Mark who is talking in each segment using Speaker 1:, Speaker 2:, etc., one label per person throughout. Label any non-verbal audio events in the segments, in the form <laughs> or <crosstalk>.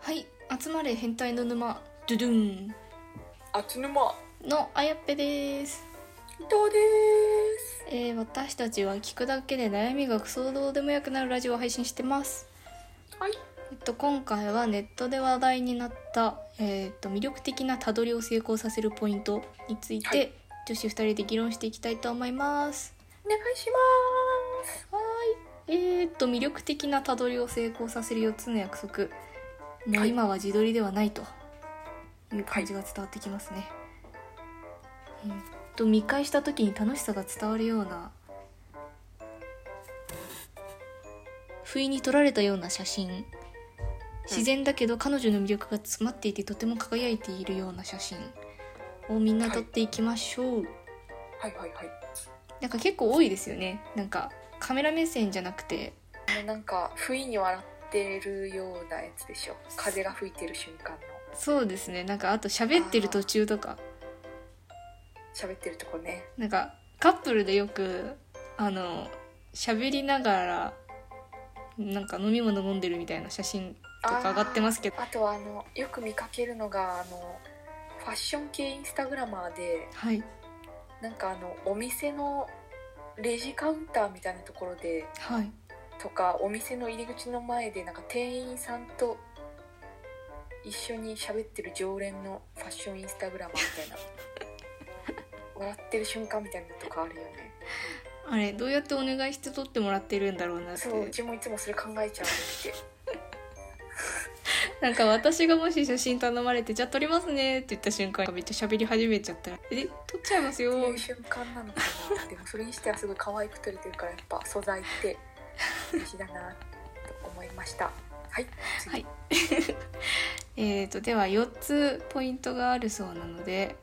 Speaker 1: はい集まれ変態の沼ドゥドゥン
Speaker 2: あつぬま
Speaker 1: のあやっぺです、
Speaker 2: 伊藤です
Speaker 1: えー、私たちは聞くだけで悩みがクソどうでもよくなるラジオを配信してます
Speaker 2: はい
Speaker 1: えっと今回はネットで話題になった、えーっと魅力的なたどりを成功させるポイントについて、
Speaker 2: はい
Speaker 1: 女子2人で議論していきたいと思います
Speaker 2: お願いします
Speaker 1: はーいえーっと魅力的なたどりを成功させる4つの約束も
Speaker 2: は
Speaker 1: う
Speaker 2: い
Speaker 1: 今は自撮りではないという感じが伝わってきますね、うんと見返した時に楽しさが伝わるような不意に撮られたような写真自然だけど彼女の魅力が詰まっていてとても輝いているような写真をみんな撮っていきましょう、
Speaker 2: はいはいはい
Speaker 1: なんか結構多いですよねなんかカメラ目線じゃなくて
Speaker 2: あのなんか不意に笑ってるようなやつでしょ風が吹いてる瞬間の
Speaker 1: そうですねなんかあと喋ってる途中とか
Speaker 2: 喋ってるとこね
Speaker 1: なんかカップルでよくあの喋りながらなんか飲み物飲んでるみたいな写真とか上がってますけど
Speaker 2: あーあとはあのよく見かけるのがあのファッション系インスタグラマーで
Speaker 1: はい
Speaker 2: なんかあのお店のレジカウンターみたいなところで
Speaker 1: はい
Speaker 2: とかお店の入り口の前でなんか店員さんと一緒に喋ってる常連のファッションインスタグラマーみ
Speaker 1: <laughs>
Speaker 2: たいな笑ってる瞬間みたいなのとかあるよね
Speaker 1: あれどうやってお願いして撮ってもらってるんだろうなって
Speaker 2: そううちもいつもそれ考えちゃうんで
Speaker 1: なんか私がもし写真頼まれて「じゃあ撮りますね」って言った瞬間めっちゃ喋り始めちゃったら「え撮っちゃいますよ
Speaker 2: どういう瞬間なのかなでもそれにしてはすごい可愛く撮れてるからやっぱ素材って大事だなと思いましたはい」次
Speaker 1: はいえーとでは4つポイントがあるそうなので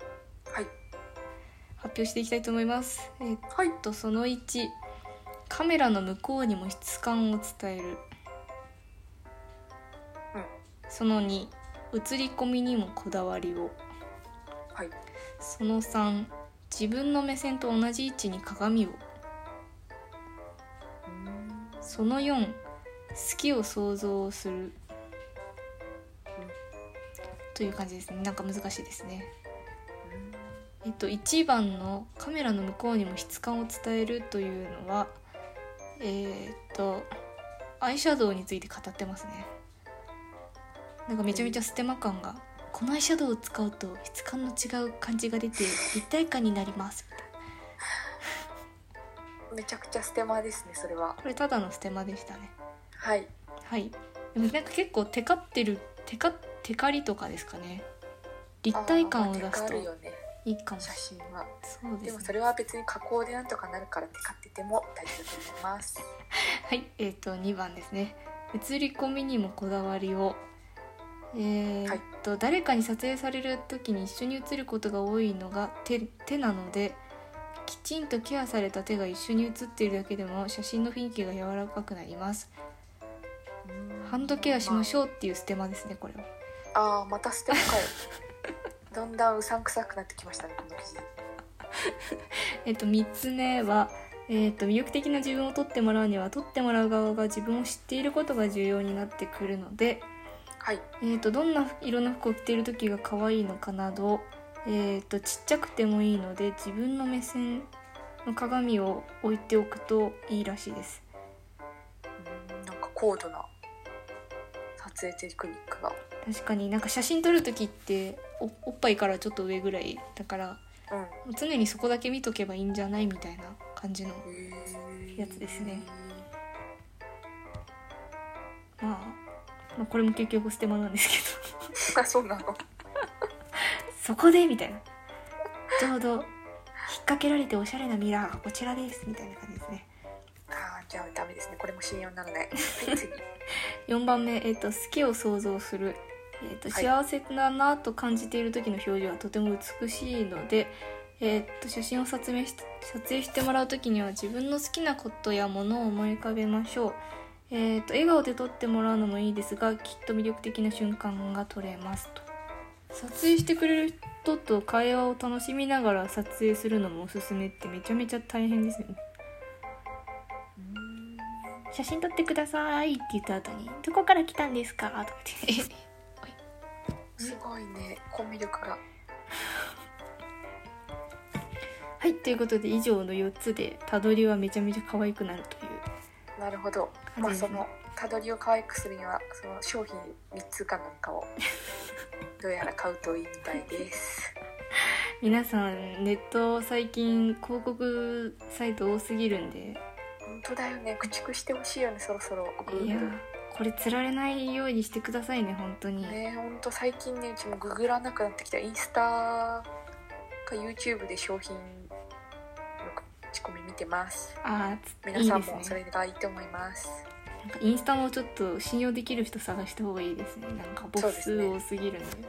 Speaker 2: はい
Speaker 1: 発表していきたいと思います。えー
Speaker 2: はい
Speaker 1: とその1カメラの向こうにも質感を伝える、
Speaker 2: うん
Speaker 1: その2映り込みにもこだわりを
Speaker 2: はい
Speaker 1: その3自分の目線と同じ位置に鏡を
Speaker 2: うーん
Speaker 1: その4好きを想像する、という感じですねなんか難しいですねえっと、1番の「カメラの向こうにも質感を伝える」というのはえーっとアイシャドウについて語ってますねなんかめちゃめちゃステマ感がこのアイシャドウを使うと質感の違う感じが出て立体感になりますみたいな
Speaker 2: めちゃくちゃステマですねそれは
Speaker 1: これただのステマでしたね
Speaker 2: はい
Speaker 1: はいでもなんか結構テカってるテカテカリとかですかね立体感を出
Speaker 2: あーまあ
Speaker 1: す
Speaker 2: テカ
Speaker 1: と
Speaker 2: るよね
Speaker 1: いいかもし
Speaker 2: 写真は
Speaker 1: れないそうで
Speaker 2: ですも
Speaker 1: ね
Speaker 2: それは別に加工でなんとかなるからって買ってても大丈夫だと思います。
Speaker 1: はい、えっ、と2番ですね。映り込みにもこだわりを。えっと、誰かに撮影される時に一緒に写ることが多いのが手手なのできちんとケアされた手が一緒に写っているだけでも写真の雰囲気が柔らかくなりますハンドケアしまし
Speaker 2: ょう
Speaker 1: ょうっていうステマですねこれは
Speaker 2: ん。ああまた捨てるかよ。だんだんうさんくさくなってきましたねこの記事。
Speaker 1: えっと3つ目は、えっと魅力的な自分を撮ってもらうには撮ってもらう側が自分を知っていることが重要になってくるので
Speaker 2: はい
Speaker 1: えー、とどんな色の服を着ている時が可愛いのかなど、えー、とちっちゃくてもいいので自分の目線の鏡を置いておくといいらしいです。
Speaker 2: うんなんか高度な撮影テクニックが。
Speaker 1: 確かになんか写真撮る時っておおっぱいからちょっと上ぐらいだから
Speaker 2: うん。
Speaker 1: 常にそこだけ見とけばいいんじゃないみたいな感じの
Speaker 2: へー
Speaker 1: やつですね。まあ、まあこれも結局ステマなんですけど。
Speaker 2: あ <laughs> そうなの。
Speaker 1: <laughs> そこでみたいなちょうど引っ掛けられておしゃれなミラーがこちらですみたいな感じですね
Speaker 2: ああじゃあダメですねこれも信用ならない。はい
Speaker 1: <laughs>
Speaker 2: 次。
Speaker 1: 4番目、えー、と好きを想像する、えーと
Speaker 2: はい
Speaker 1: 幸せだなと感じている時の表情はとても美しいので、えー、と写真を撮影し撮影してもらう時には自分の好きなことやものを思い浮かべましょう、えー、と笑顔で撮ってもらうのもいいですがきっと魅力的な瞬間が撮れますと撮影してくれる人と会話を楽しみながら撮影するのもおすすめってめちゃめちゃ大変ですよね写真撮ってくださいって言った後に「どこから来たんですか?」とかって「え
Speaker 2: すごいねコミュ力が
Speaker 1: はいということで以上の4つでたどりはめちゃめちゃ可愛くなるという
Speaker 2: なるほどま
Speaker 1: 感じで
Speaker 2: あ
Speaker 1: す
Speaker 2: そ
Speaker 1: ね
Speaker 2: のたどりを可愛くするにはその商品3つかなん
Speaker 1: <laughs>
Speaker 2: かをどうやら買うといいみたいです
Speaker 1: 皆さんネット最近広告サイト多すぎるんで
Speaker 2: 本当だよね駆逐してほしいよねそろそろ
Speaker 1: いや
Speaker 2: Google
Speaker 1: これ釣られないようにしてくださいね本当に、
Speaker 2: ねほんと最近ねうちもググらなくなってきたインスタか YouTube で商品の口コミ見てます
Speaker 1: ああ
Speaker 2: 皆
Speaker 1: いい
Speaker 2: さ
Speaker 1: で
Speaker 2: んも
Speaker 1: す
Speaker 2: そ
Speaker 1: ね
Speaker 2: れがいいと思います
Speaker 1: なんかインスタもちょっと信用できる人探した方がいいですねなんか母
Speaker 2: そう
Speaker 1: 数
Speaker 2: ですね
Speaker 1: 多すぎるんで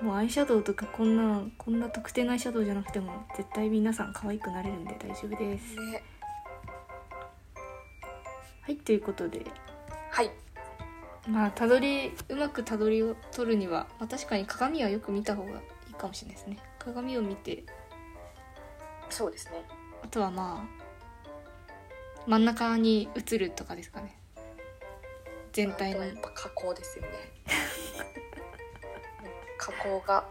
Speaker 1: もうアイシャドウとかこんなこんな特定のアイシャドウじゃなくても絶対皆さん可愛くなれるんで大丈夫です
Speaker 2: ね
Speaker 1: はいということで
Speaker 2: はい
Speaker 1: まあたどりうまくたどりを取るには、まあ、確かに鏡はよく見た方がいいかもしれないですね鏡を見て
Speaker 2: そうですね
Speaker 1: あとはまあ真ん中に映るとかですかね全体
Speaker 2: あと
Speaker 1: の
Speaker 2: はやっぱ加工ですよね <laughs> 加工が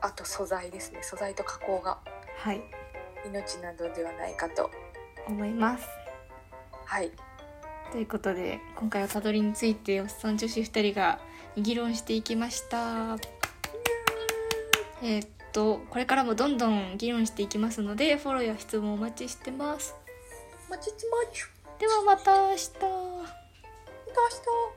Speaker 2: あと素材ですね素材と加工が
Speaker 1: はい
Speaker 2: 命などではないかと
Speaker 1: 思います
Speaker 2: はい
Speaker 1: ということで今回はたどりについておっさん女子2人が議論していきましたえーっとこれからもどんどん議論していきますのでフォローや質問お待ちしてます
Speaker 2: まちちまちゅ
Speaker 1: ではまた明日
Speaker 2: また明日